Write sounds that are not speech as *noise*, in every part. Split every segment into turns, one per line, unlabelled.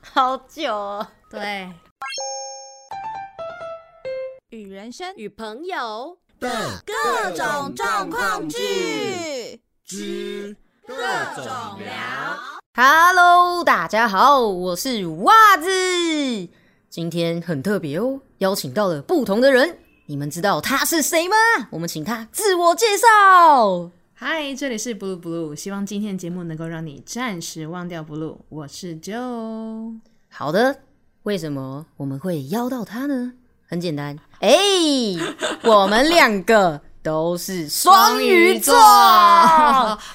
好久哦。
对，
与人生
与朋友
的
各
种状况剧
之
各
各
种
种
聊
聊。
Hello，大家好，我是袜子。今天很特别哦，邀请到了不同的人。你们知道他是谁吗？我们请他自我介绍。
嗨，这里是 Blue Blue，希望今天的节目能够让你暂时忘掉 Blue。我是 Joe，
好的，为什么我们会邀到他呢？很简单，哎、我们两个都是双鱼座。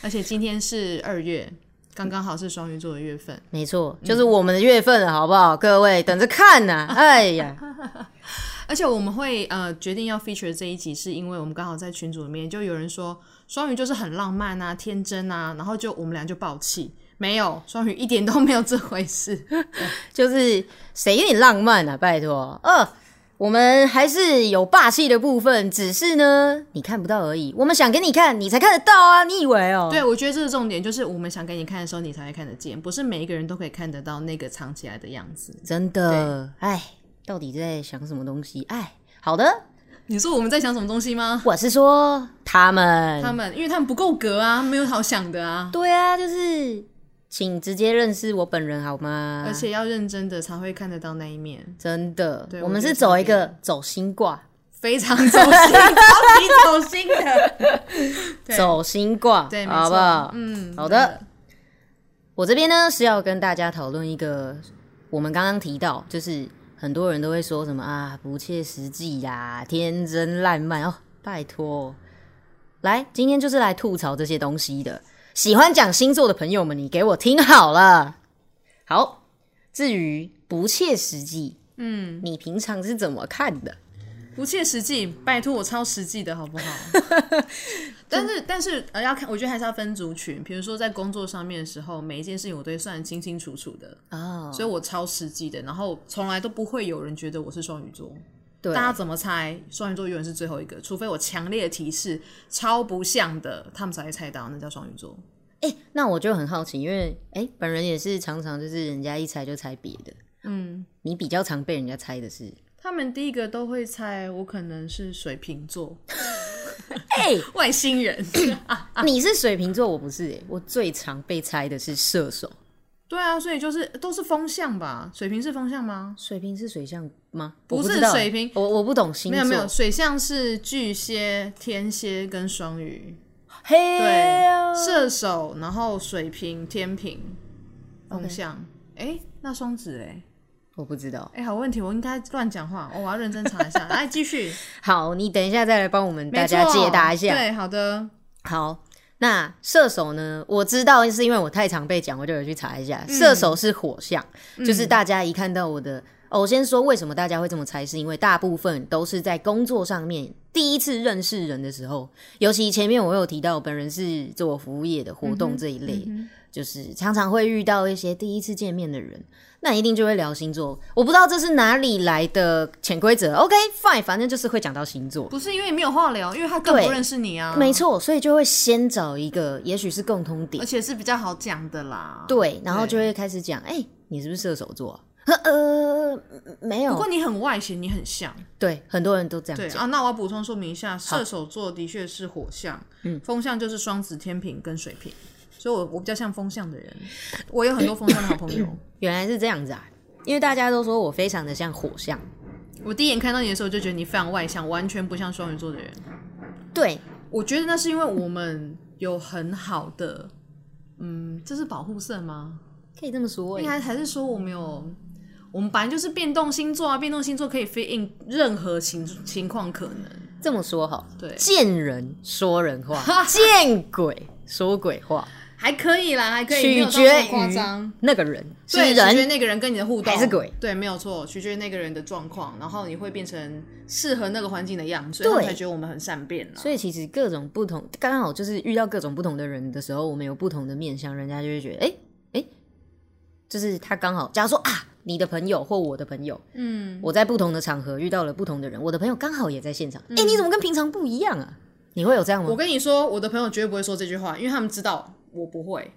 而且今天是二月，刚刚好是双鱼座的月份。
*laughs* 没错，就是我们的月份了，好不好？各位等着看呐、哎呀，
而且我们会呃决定要 feature 这一集，是因为我们刚好在群组里面就有人说双鱼就是很浪漫啊、天真啊，然后就我们俩就爆气，没有双鱼一点都没有这回
*laughs*
事。
就是谁有点浪漫啊？拜托，呃，我们还是有霸气的部分，只是呢，你看不到而已。我们想给你看，你才看得到啊！你以为哦？
对，，我觉得这个重点就是我们想给你看的时候，你才会看得见，不是每一个人都可以看得到那个藏起来的样子。
真的，哎，到底在想什么东西？哎，好的，
你说我们在想什么东西吗？
我是说他们，
他们，因为他们不够格啊，没有好想的啊，
对啊，就是请直接认识我本人好吗？
而且要认真的才会看得到那一面，
真的
对，
我
我
们
觉
是
得这
走一
边
个走心卦。
非常
*laughs*
走心，超级走心的。对
走心卦，
对，没错
好不好？
嗯，
好的。我这边呢是要跟大家讨论一个，我们刚刚提到，就是很多人都会说什么啊，不切实际呀、天真烂漫哦，拜托，来，今天就是来吐槽这些东西的。喜欢讲星座的朋友们，你给我听好了。好，至于不切实际，
嗯，
你平常是怎么看的？
不切实际，拜托我超实际的好
*laughs*
不好？但是但是呃，要看，我觉得还是要分族群。比如说在工作上面的时候，每一件事情我都会算得清清楚楚的，
哦，
所以我超实际的。然后从来都不会有人觉得我是双鱼座。
对
大家怎么猜？双鱼座永远是最后一个，除非我强烈的提示超不像的，他们才会猜到那叫双鱼座。
哎、那我就很好奇，因为哎、欸本人也是常常就是人家一猜就猜别的。
嗯，
你比较常被人家猜的是，
他们第一个都会猜我可能是水瓶座，
哎、
*laughs* 外星人。
你是水瓶座，我不是、欸，我最常被猜的是射手。
对啊，所以就是都是风象吧？水瓶是风象吗？
水瓶是水象吗？
不
我
是
知道欸
水瓶
我我不懂星座。
没有没有，，水象是巨蟹、天蝎跟双鱼，
嘿
对
啊，
射手，然后水瓶、天平，风象。哎、那双子哎、
我不知道。
哎、好问题，我应该乱讲话、哦我要认真查一下。来继续，
好，你等一下再来帮我们 *laughs* 大家
没错
解答一下。
对，好的。
好，那射手呢？我知道是因为我太常被讲，我就有去查一下。射手是火象，就是大家一看到我的。哦，我先说为什么大家会这么猜，是因为大部分都是在工作上面第一次认识人的时候，尤其前面我有提到，本人是做服务业的活动这一类，就是常常会遇到一些第一次见面的人，那一定就会聊星座。我不知道这是哪里来的潜规则，OK fine，反正就是会讲到星座。
不是因为没有话聊，因为他更
对
不认识你啊，
没，错，所以就会先找一个，也许是共通点
而，且是比较好讲的啦。，
对，然后
对
就会开始讲，哎、你是不是射手座、啊？呵呃，没
不
有
过，你很外显，你很像。
对，很多人都这
对
样讲，
啊，那我要补充说明一下，射手座的确是火象，嗯，风象就是双子、天平跟水瓶，所以我我比较像风象的人，我有很多风象的好朋友。
*laughs* 原来是这样子啊，因为大家都说我非常的像火象，
我第一眼看到你的时候，就觉得你非常外向，完全不像双鱼座的人。
对，
我觉得那是因为我们有很好的，嗯，这是保护色吗？
可以这么说、
应
欸，
该还是说我们有，我们本来就是变动星座啊，变动星座可以 fit in 任何情情况可能。
这么说好，
对
见人说人
*laughs*
话，见鬼说鬼话，
还可以啦，还可以，没
取
有到那
决
么夸张
于。那个人是
对，取决于
人，
那个人跟你的互动
还是鬼，
对，没有错，取决于那个人的状况，然后你会变成适合那个环境的样子，所以他
对
才觉得我们很善变啊啦。
所以其实各种不同，刚好就是遇到各种不同的人的时候，我们有不同的面相，人家就会觉得，哎、哎、就是他刚好，假如说啊，你的朋友或我的朋友，嗯，我在不同的场合遇到了不同的人，我的朋友刚好也在现场，
嗯
哎、你怎么跟平常不一样啊？你会有这样吗
我？跟你说，我的朋友绝对不会说这句话，因为他们知道我不会。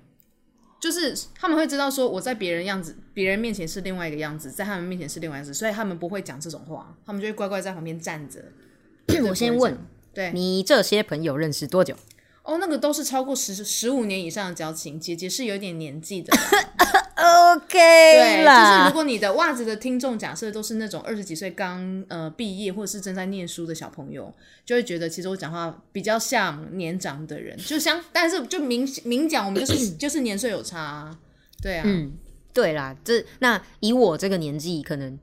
就是他们会知道说我在别人样子，别人面前是另外一个样子，在他们面前是另外一个样子，所以他们不会讲这种话，他们就会乖乖在旁边站着。
我先问
对
你这些朋友认识多久？
哦，那个都是超过十十五年以上的交情，姐姐是有点年纪的啦。
OK
对，就是
啦，
如果你的袜子的听众假设都是那种二十几岁刚呃毕业或者是正在念书的小朋友，就会觉得其实我讲话比较像年长的人，就像但是就明明讲我们就是 *coughs* 就是年岁有差啊、对啊，
嗯，对啦，这那以我这个年纪，可能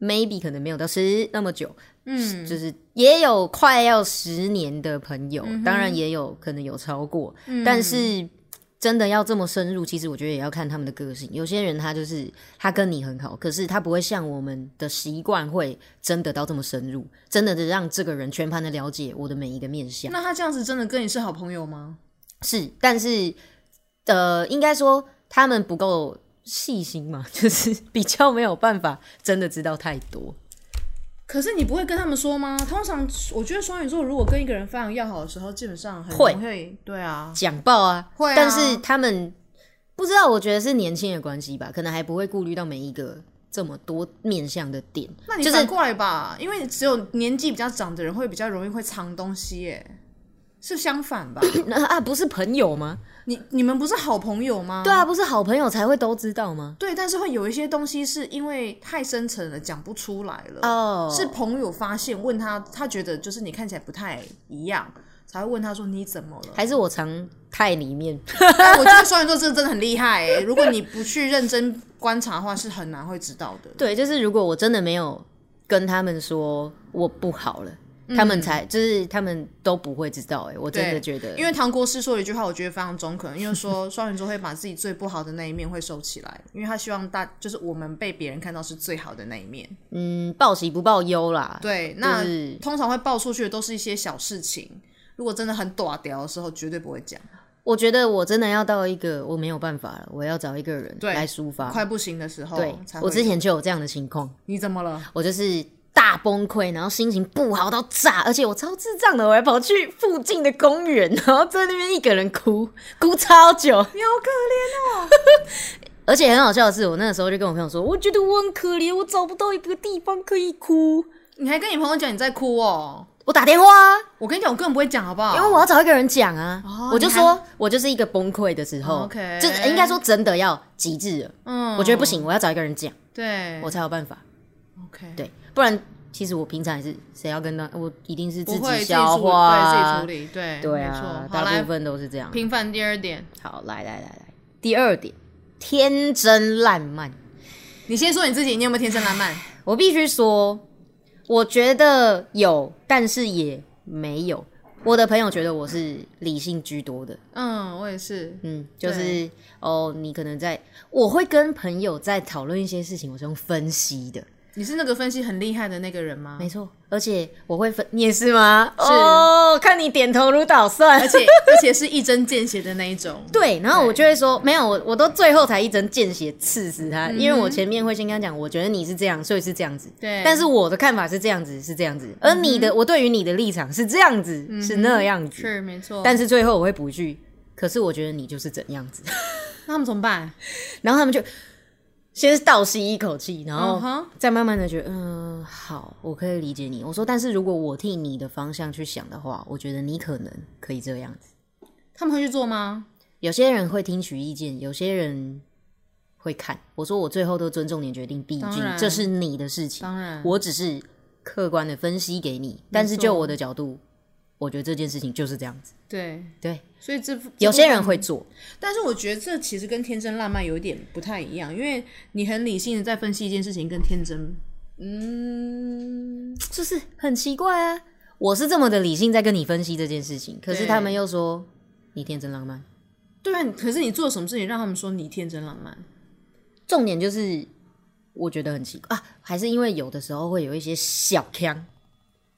maybe 可能没有到十那么久，
嗯
就是也有快要十年的朋友，
嗯
当然也有可能有超过，但是。真的要这么深入，其实我觉得也要看他们的个性。有些人他就是他跟你很好，可是他不会像我们的习惯会真的到这么深入，真的的让这个人全盘的了解我的每一个面相。
那他这样子真的跟你是好朋友吗？
是，但是呃，应该说他们不够细心嘛， *laughs* 就是比较没有办法真的知道太多。
可是你不会跟他们说吗？通常我觉得双鱼座如果跟一个人非常要好的时候，基本上很
会
容易会对啊，
讲爆啊，
会啊
但是他们不知道，我觉得是年轻的关系吧，可能还不会顾虑到每一个这么多面向的点。
那你
就是
反过来吧，因为只有年纪比较长的人会比较容易会藏东西耶。是相反吧？
那啊，不是朋友吗？
你你们不是好朋友吗？
对啊，不是好朋友才会都知道吗？
对，但是会有一些东西是因为太深层了，讲不出来了。
哦
是朋友发现问他，他觉得就是你看起来不太一样，才会问他说你怎么了？ *laughs*
还是我常太里面，
哎我觉得双鱼座真的真的很厉害、欸，如果你不去认真观察的话，是很难会知道的。
对，就是如果我真的没有跟他们说我不好了，他们才就是他们都不会知道、欸。哎，我真的
嗯对
觉得，
因为唐国师说了一句话，我觉得非常中肯，因为说双鱼座会把自己最不好的那一面会收起来，因为他希望大就是我们被别人看到是最好的那一面。
嗯，报喜不报忧啦。
对，那、
是
通常会爆出去的都是一些小事情，如果真的很短屌的时候，绝对不会讲，
我觉得我真的要到一个我没有办法了，我要找一个人
对
来抒发。
快不行的时候
对
才，会
我之前就有这样的情况，
你怎么了？
我就是大崩溃，然后心情不好到炸，而且我超智障的，我还跑去附近的公园，然后在那边一个人哭，哭超久。 *laughs*
你好可怜。
而且很好笑的是，我那个时候就跟我朋友说，我觉得我很可怜，我找不到一个地方可以哭。
你还跟你朋友讲你在哭哦？
我打电话啊、
我跟你讲，我根本不会讲，好不好？
因为我要找一个人讲啊，
哦
我就
你哦
说我就是一个崩溃的时候
OK
就是应该说真的要极致了。
嗯
我觉得不，行，我要找一个人讲，
对，
我才有办法。
OK，，
对，不然其实我平常也是谁要跟他，我一定是
不
自
会
己
自己
消
处理
化啊，
对，自己处理，对，
对
没错
啊，
好
大
来
部，分都是这样。
平凡第二点，
好，来来来来，第二点，天真烂漫。
你先说你自己，你有没有天生烂漫？ *laughs*
我必须说，我觉得有，但是也没有。我的朋友觉得我是理性居多的，
嗯，我也是，
嗯，就是
对
哦，你可能在，我会跟朋友在讨论一些事情，我是用分析的，
你是那个分析很厉害的那个人吗？
没错，而且我会分，你也是吗？
是
哦，看你点头如捣蒜，
而且 *laughs* 而且是一针见血的那一种。
对，然后我就会说没有，我我都最后才一针见血刺死
嗯
他，因为我前面会先跟他讲，我觉得你是这样，所以是这样子。
对嗯
但是我的看法是这样子，是这样子，而你的、我对于你的立场是这样子，是那样子。
是没错。
但是最后我会补一句，可是我觉得你就是怎样子， *laughs*
那他们怎么办？
然后他们就先是倒吸一口气，然
嗯
后
哼
再慢慢的觉得，嗯，好，我可以理解你。我说，但是如果我替你的方向去想的话，我觉得你可能可以这样子。
他们会去做吗？
有些人会听取意见，有些人会看。我说我最后都尊重你的决定，毕
当
竟
然
这是你的事情，
当然
我只是客观的分析给你。但是就我的角度，我觉得这件事情就是这样子。
对，
对，
所以这这部
有些人会做，
但是我觉得这其实跟天真烂漫有一点不太一样，因为你很理性的在分析一件事情，跟天真，嗯，
就是很奇怪啊。我是这么的理性在跟你分析这件事情，可是
对
他们又说你天真浪漫。
对啊。可是你做什么事情让他们说你天真浪漫？
重点就是我觉得很奇怪啊，还是因为有的时候会有一些小腔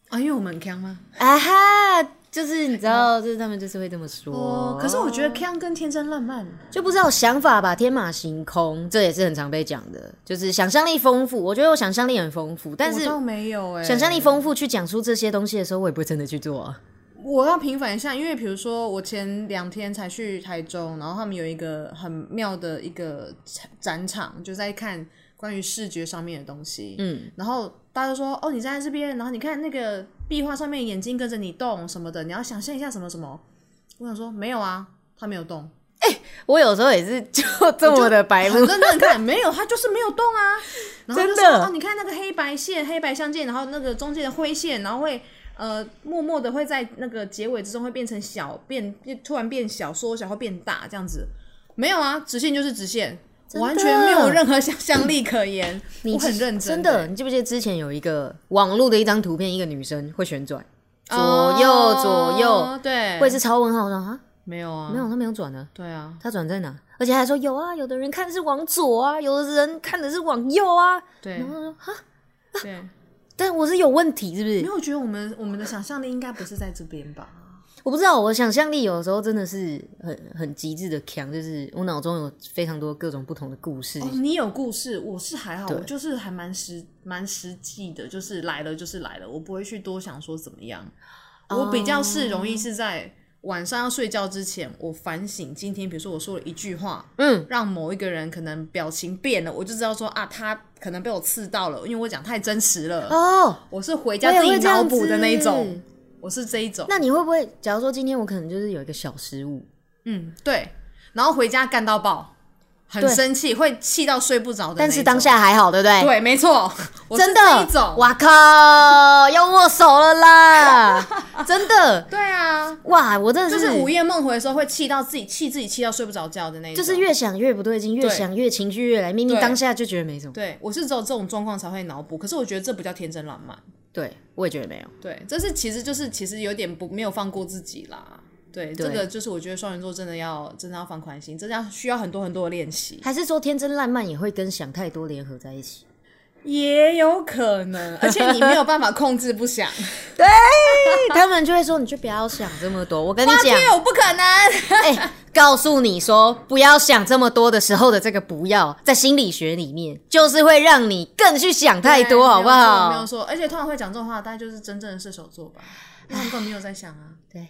啊，因为我们很强吗？
啊哈，就是你知道，就是他们就是会这么说。
嗯哦，可是我觉得强跟天真烂漫，
就不知道想法吧，天马行空，这也是很常被讲的，就是想象力丰富。我觉得我想象力很丰富，但是
我倒没有哎、
想象力丰富去讲出这些东西的时候，我也不会真的去做啊。
我要平反一下，因为比如说我前两天才去台中，然后他们有一个很妙的一个展展场，就在看关于视觉上面的东西。
嗯，
然后大家就说：“哦，你站在这边，然后你看那个壁画上面眼睛跟着你动什么的，你要想象一下什么什么。”我想说没有啊，他没有动，
我有时候也是就这么的白目
很，哎认真地看，没有，他就是没有动
*laughs*
啊。然后就说
真的
哦，你看那个黑白线、黑白相间，然后那个中间的灰线，然后会呃默默的会在那个结尾之中会变成小，变变突然变小，缩小或变大这样子。没有啊，直线就是直线，
的
完全没有任何想象力可言。
你
我很认欸
真
的
的，你记不记得之前有一个网络的一张图片，一个女生会旋转
哦
左右左右，
对，
我也是超问号，我说啊，
没有啊，
没有，她没有转呢，
对啊，
她转在哪？而且还说有啊，有的人看是往左啊，有的人看的是往右啊。
对
然后说哈，
对。 *laughs*
但我是有问题是不
没
是？
有，我觉得我们我们的想象力应该不是在这边吧？
我不知道，我想象力有的时候真的是很很极致的强，就是我脑中有非常多各种不同的故事。
哦，你有故事，我是还好，
嗯对
我就是还蛮实蛮实际的，就是来了就是来了，我不会去多想说怎么样。我比较是
哦
容易是在晚上要睡觉之前，我反省今天，比如说我说了一句话，
嗯，
让某一个人可能表情变了，我就知道说啊，他可能被我刺到了，因为我讲太真实了。
哦，
我是回
我
家
也
自己
会这
脑
样
补的那一种
子，
我是这一种。
那你会不会？假如说今天我可能就是有一个小失误，
嗯，对，然后回家干到爆，很
对
生气，会气到睡不着的那一种。
但是当下还好，对不对？
对，
*laughs*
没错，我是
哎真的
这一种。
哇靠，要握手了啦！真的，
对啊，
哇，我真的
就是是午夜梦回的时候会气到自己，气自己气到睡不着觉的那一
就
种。
是越想越不对劲，越想越情绪越来，明明
对
当下就觉得没什么。
对我是只有这种状况才会脑补，可是我觉得这不叫天真浪漫，
对，我也觉得没有。
对，这是其实就是其实有点不没有放过自己啦。对，
对
这个就是我觉得双鱼座真的要真的要放宽心，真的要需要很多很多的练习，
还是说天真烂漫也会跟想太多联合在一
*laughs*
起？
也有可能，而且你没有办法控制不想，
他们就会说你就不要想 *laughs* 这么多。我跟你
因 *laughs*
讲，
为我不可能。
*laughs* 哎、告诉你说不要想这么多的时候的这个不要，在心理学里面就是会让你更去想太哎多，好不
*laughs*
哦
没有
好？
错，而且通常会讲这种话，大概就是真正的射手座吧，因为他们根本没有在想啊。
对。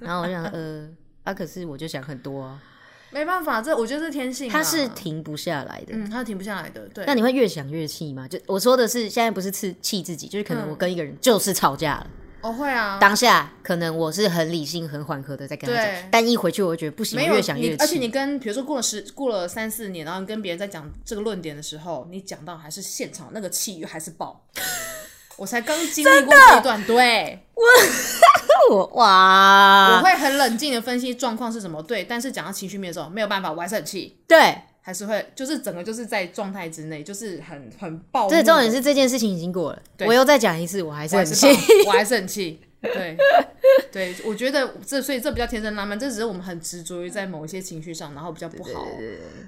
然后我想，呃，啊，可是我就想很多
*laughs*
啊。
嗯没办法，这我觉得是天性啊。
他是停不下来的。
嗯，他是停不下来的。对，
那你会越想越气吗？就我说的是，现在不是气气自己，就是可
嗯
能我跟一个人就是吵架了，
我、会啊，
当下可能我是很理性、很缓和的在跟他
对
讲，但一回去我会觉得不行，
没
我
有
越想
你
越，气。
而且你跟比如说过了十过了三四年，然后你跟别人在讲这个论点的时候，你讲到还是现场那个气又还是
*laughs*
爆。我才刚经历过这一段，对，
我哦哇，
我会很冷静的分析状况是什么，对，但是讲到情绪面的时候，没有办法，我还是很气，
对，
还是会就是整个就是在状态之内，就是很很暴怒的。
这重点是这件事情已经过了，
对
我又再讲一次，我还是
我
很
还是
气。
爆，我还是很气。
*laughs*
对，对，我觉得这所以这比较天真浪漫，这只是我们很执着于在某一些情绪上，然后比较不好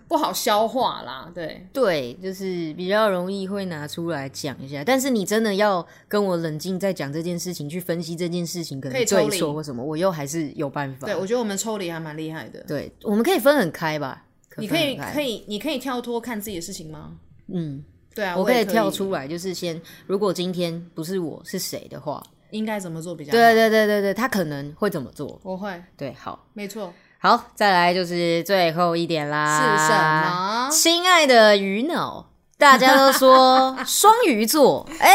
不好消化啦。对，
对，就是比较容易会拿出来讲一下，但是你真的要跟我冷静再讲这件事情，去分析这件事情可
可以
能
抽
对
离
错或什么，我又还是有办法。
对我觉得我们抽离还蛮厉害的。
对，我们可以分很开吧？
你可以可
以，
以你可以跳脱看自己的事情吗？
嗯，
对啊，
我
我
可
也
以
可
跳出，来，就是先，如果今天不是我是谁的话，
应该怎么做比较好？
对对对对对，他可能会怎么做？
我会，
对，好
没错，
好，再来就是最后一点
是什
啦，
么？
亲爱的鱼脑，大家都说双鱼座，哎、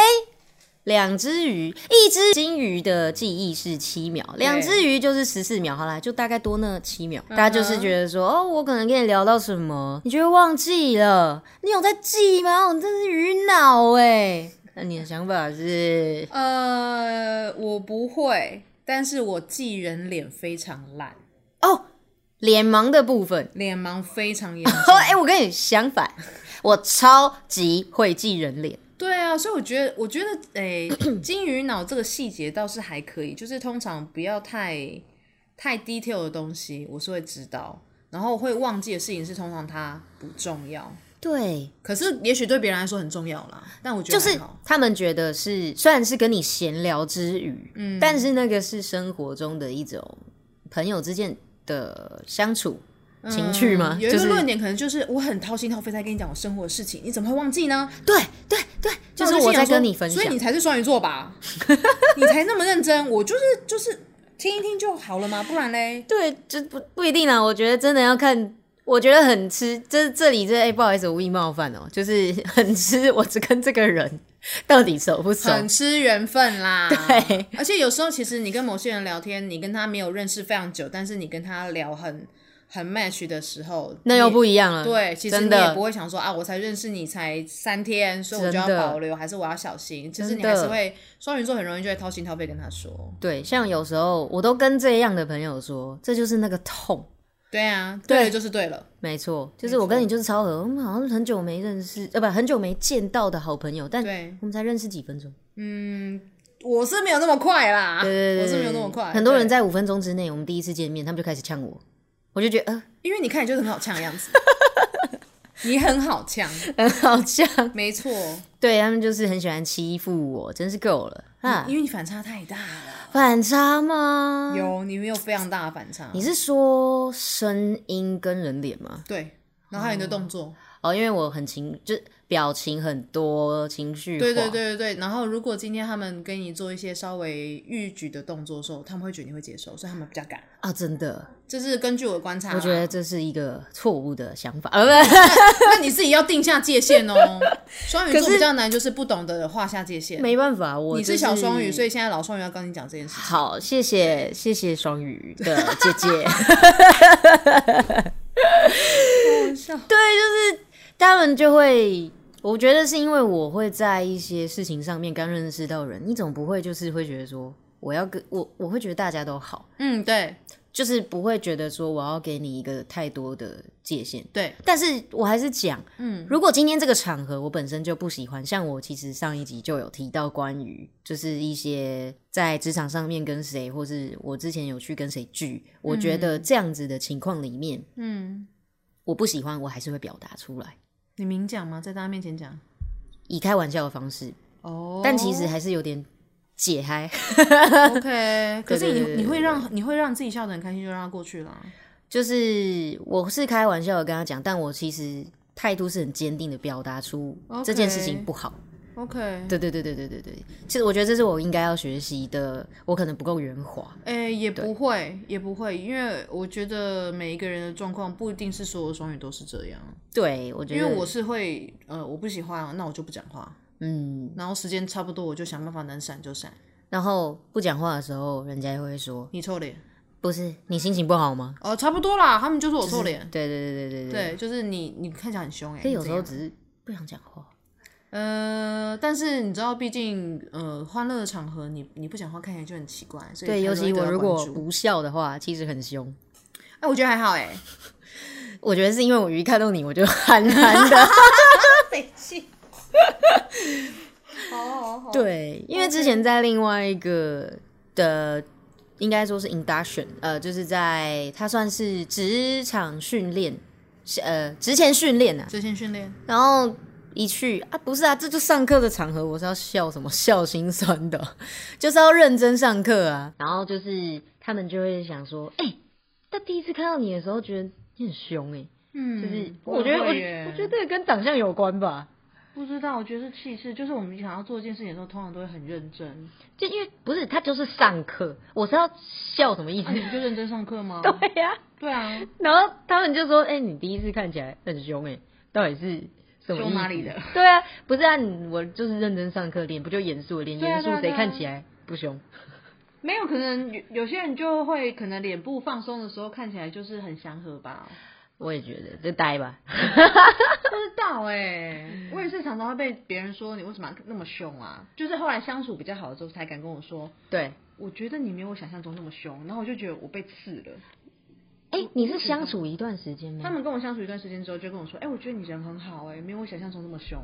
两只鱼，一只金鱼的记忆是七秒，两只鱼就是十四秒。好啦，就大概多那七秒。大家就是觉得说，哦，我可能跟你聊到什么，你就会忘记了。你有在记吗？哦，你真是鱼脑哎、那你的想法是？
呃，我不会，但是我记人脸非常烂，
哦，脸盲的部分。 *laughs*
脸盲非常严重。
哦，哎、我跟你相反，我超级会记人脸。
对啊，所以我觉得，我觉得，
*coughs*
诶、金鱼脑这个细节倒是还可以，就是通常不要太太 detail 的东西，我是会知道，然后会忘记的事情是通常它不重要，
对，
可是也许对别人来说很重要啦，但我觉
就
得
是
还好
他们觉得是，虽然是跟你闲聊之余，嗯，但是那个是生活中的一种朋友之间的相处情趣吗？
嗯有
啊
一
就
个
是
论点可能就是我很掏心掏肺在跟你讲我生活的事情，你怎么会忘记呢？
对对对，就
那
是
心
我在
想说
跟你分享 *laughs*
所以。你才是双鱼座吧？你才那么认真，我就是就是听一听就好了嘛，不然嘞，
对，就不不一定啦。我觉得真的要看，我觉得很吃。这这里这哎、不好意思，我无意冒犯哦，就是 *laughs* 很吃。我只跟这个人到底熟不熟？
很吃缘分啦。
对，
*laughs* 而且有时候其实你跟某些人聊天，你跟他没有认识非常久，但是你跟他聊很很 match 的时候，
那
你
又不一样了。
对，其实
真
你也
的
不会想说啊，我才认识你才三天，所以我就要
真的
保留，还是我要小心。其实
真
你
的
还是会，双鱼座很容易就会掏心掏肺跟他说。
对，像有时候我都跟这样的朋友说，这就是那个痛。
对啊，
对
对了就是对了，
没错，就是我跟你就是超合，我们好像很久没认识，呃，不，很久没见到的好朋友，但
对
我们才认识几分钟。
我是没有那么快啦，
对
我是没有那么快。
很多人
对，
在五分钟之内，我们第一次见面，他们就开始呛我，我就觉得呃，
因为你看你就是很好呛的
*laughs*
样子，你很好呛，
呃很好呛。*laughs*
没错，
对他们就是很喜欢欺负我，真是够了啊！
因为你反差太大了，
反差吗？
有你没有非常大的反差
你，是说声音跟人脸吗？
对，然后还有你的动作，
哦，因为我很情，就是表情很多，情绪
对对
化，
对对对。然后如果今天他们跟你做一些稍微逾矩的动作的时候，他们会觉得你会接受，所以他们比较敢。
啊，真的，
这是根据我的观察啦，啊
我觉得这是一个错误的想法，呃，不是，
那你自己要定下界限 *laughs* 哦。双鱼
可
座
是
比较难，就是不懂得划下界限。
没办法，我
你
就是
小双鱼，所以现在老双鱼要跟你讲这件事情。
好，谢谢谢谢双鱼的姐姐。 *laughs* 对，就是他们就会，我觉得是因为我会在一些事情上面刚认识到人，你总不会就是会觉得说我要跟我我会觉得大家都好，
嗯，对
就是不会觉得说我要给你一个太多的界限。
对，
但是我还是讲，
嗯
嗯，如果今天这个场合我本身就不喜欢，像我其实上一集就有提到关于就是一些在职场上面跟谁，或是我之前有去跟谁聚，我觉得这样子的情况里面，
嗯，
我不喜欢，我还是会表达出来，
你明讲吗？在大家面前讲。
以开玩笑的方式，
哦
但其实还是有点解嗨。 *laughs*
OK，可 *laughs* 是
对对对
你
对
你会让你会让自己笑得很开心，就让它过去啦。
就是我是开玩笑的跟他讲，但我其实态度是很坚定的表达出
OK
这件事情不好。
OK，
对对对对对对对，其实我觉得这是我应该要学习的，我可能不够圆滑。
诶、也不会，也不会，因为我觉得每一个人的状况不一定是所有双鱼都是这样，
对，我觉
因
得
为我是会，呃，我不喜欢，那我就不讲话，
嗯，
然后时间差不多，我就想办法能闪就闪。
然后不讲话的时候，人家又会说
你臭脸，：“
不是你心情不好吗
哦，差不多啦，他们就说我臭？”脸，
对对对对对。
对，就是你，你看起来很凶哎、欸，
可有时
你怎样
候只是不想讲话。
呃，但是你知道，毕竟呃，欢乐的场合你你不讲话看起来就很奇怪，所以
对，
很
尤
容易
其
得
我
到
如
关
果
注
不笑的话，其实很凶。
哎、我觉得还好哎、
我觉得是因为我一看到你，我就 *laughs* 憨憨的。
北气，好好好，
对，因为之前在另外一个的，应该说是 induction，呃，就是在它算是职场训练，是呃，职前训练啊。
之前训练
然后一去啊，不是啊，这就上课的场合，我是要笑什么 *laughs* 笑心酸的，就是要认真上课啊。然后就是他们就会想说，哎、他第一次看到你的时候，觉得你很凶哎、
嗯，
就是
不
我觉得我
会耶
我觉得这个跟长相有关吧。
不知道，我觉得是气势，就是我们想要做一件事情的时候，通常都会很认真。
就因为不是他就是上课，我是要笑什么意思
*laughs* 那、？啊你就认真上课吗？
对呀、
对啊，
然后他们就说：“哎、你第一次看起来很凶哎、到底是什么意思
凶哪里的？
对啊，不是啊，你我就是认真上课，脸不就严肃了？脸
对
严
啊
肃
对啊
谁
对啊
看起来不凶？
没有可能有有些人就会可能脸部放松的时候看起来就是很祥和吧。
我也觉得就呆 *laughs* 吧。
不知道哎、我也是常常会被别人说你为什么那么凶啊？就是后来相处比较好的时候才敢跟我说，
对，
我觉得你没有我想象中那么凶，然后我就觉得我被刺了。
哎、你是相处一段时间吗？
他们跟我相处一段时间之后，就跟我说，哎、我觉得你人很好哎、没有我想象中那么凶。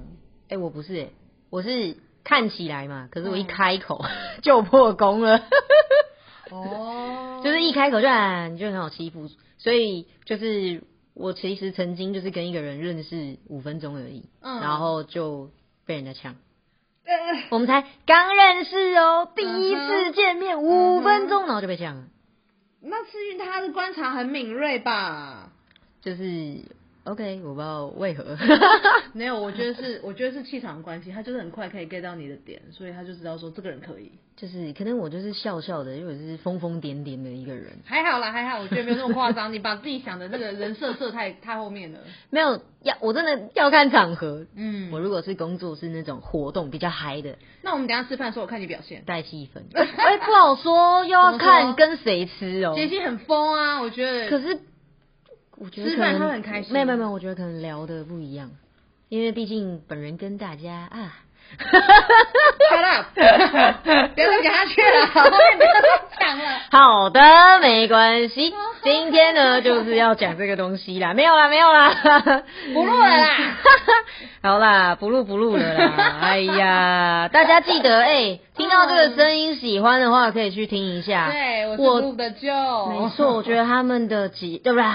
哎、我不是、哎，我是看起来嘛，可是我一开口 *laughs* 就破功了，
*laughs* 哦
就是 *laughs* 一开口就啊，你就很好欺负，所以就是我其实曾经就是跟一个人认识五分钟而已，
嗯
然后就被人家呛。
呃
我们才刚认识哦，第一
嗯哼
次见面
嗯
五
哼
分钟，然后就被这样了，
那是因为他的观察很敏锐吧？
就是 OK，我不知道为何。
*laughs* 没有，我觉得是， *laughs* 我觉得是气场的关系，他就是很快可以 get 到你的点，所以他就知道说这个人可以。
就是可能我就是笑笑的，因为我是疯疯癫癫的一个人，
还好啦，还好，我觉得没有那么夸张。你把自己想的那个人设设太太后面了。
没有要我真的要看场合。
*laughs* 嗯，
我如果是工作是那种活动比较嗨的，
那我们等一下吃饭的时候，我看你表现。
带气
*laughs*
氛，哎、不好说，又要
怎么说
看跟谁吃哦、
杰西很疯啊，我觉得。
可是我觉得
吃
可
饭
能
他很开心
没有没有没有，我觉得可能聊的不一样，因为毕竟本人跟大家啊，
shut *laughs* up，不要再讲下去了，后面不要再讲了。
好的，没关 *laughs* 系，今天呢就是要讲这个东西啦，没有啦没有 *laughs* 啦，
不录了啦。
*laughs* 好啦，不录不录了 *laughs* 啦，哎呀，大家记得哎、听到这个声音喜欢的话可以去听一下，
*laughs* 对，啊我是
我
录的就
没错，我觉得他们的节 *laughs* 对不对？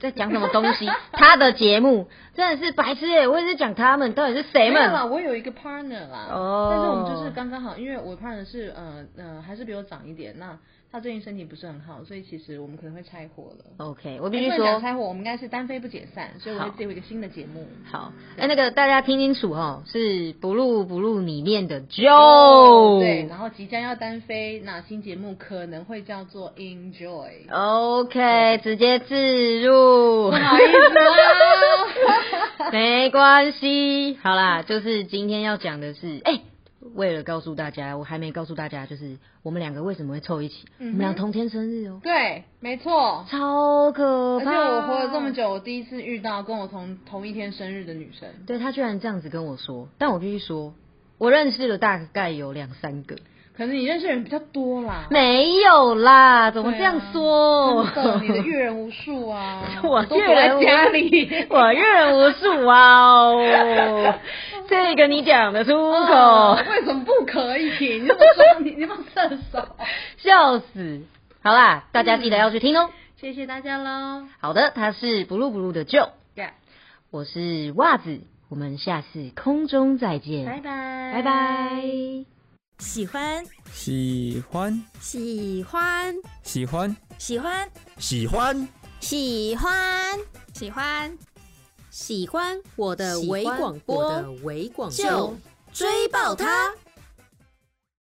在讲什么东西？ *laughs* 他的节目真的是白痴耶、我也是讲他们到底是谁
没有啦，
们？
我有一个 partner 啦，
哦
但是我们就是刚刚好，因为我 partner 是呃呃还是比我长一点，那他最近身体不是很好，所以其实我们可能会拆伙了。
OK，我
我
哦必须
讲
说
拆伙，我们应该是单飞不解散，所以我会自己有一个新的节目。
好。哎、那个大家听清楚哦，是不录不录里面的 Joe，、
哦
哦
对，然后即将要单飞，那新节目可能会叫做 Enjoy。
哦 OK，直接自入。
不好意啊思
*laughs*
啦 *laughs*
没关系。好啦，就是今天要讲的是，哎、为了告诉大家，我还没告诉大家，就是我们两个为什么会凑一起，我们
嗯
俩同天生日哦、
对，没错。
超可
而且
怕！
我活了这么，久，我第一次遇到跟我同同一天生日的女生。
对他居然这样子跟我说，但我必须说，我认识了大概有两三个，
可能你认识的人比较多啦，
没有啦，怎么
对啊
这样说？，
真的你的阅人无数啊
*laughs* 我
都躲
阅人
在
无。
家里 *laughs*
我阅人无数啊哦，这个你讲得出口，
为什么不可以？你怎么说？你你放射手？
笑死！好啦，大家记得要去听哦。
谢谢大家
*laughs*
喽。
好的，他是 blue blue 的 Joe，
对，
我是袜子，我们下次空中再见，
拜拜，
拜拜。
喜欢
喜欢
喜欢
喜欢
喜欢
喜欢。
喜欢喜欢
喜欢我的
喜
微
欢
广
我
播
的，微广
就追爆它。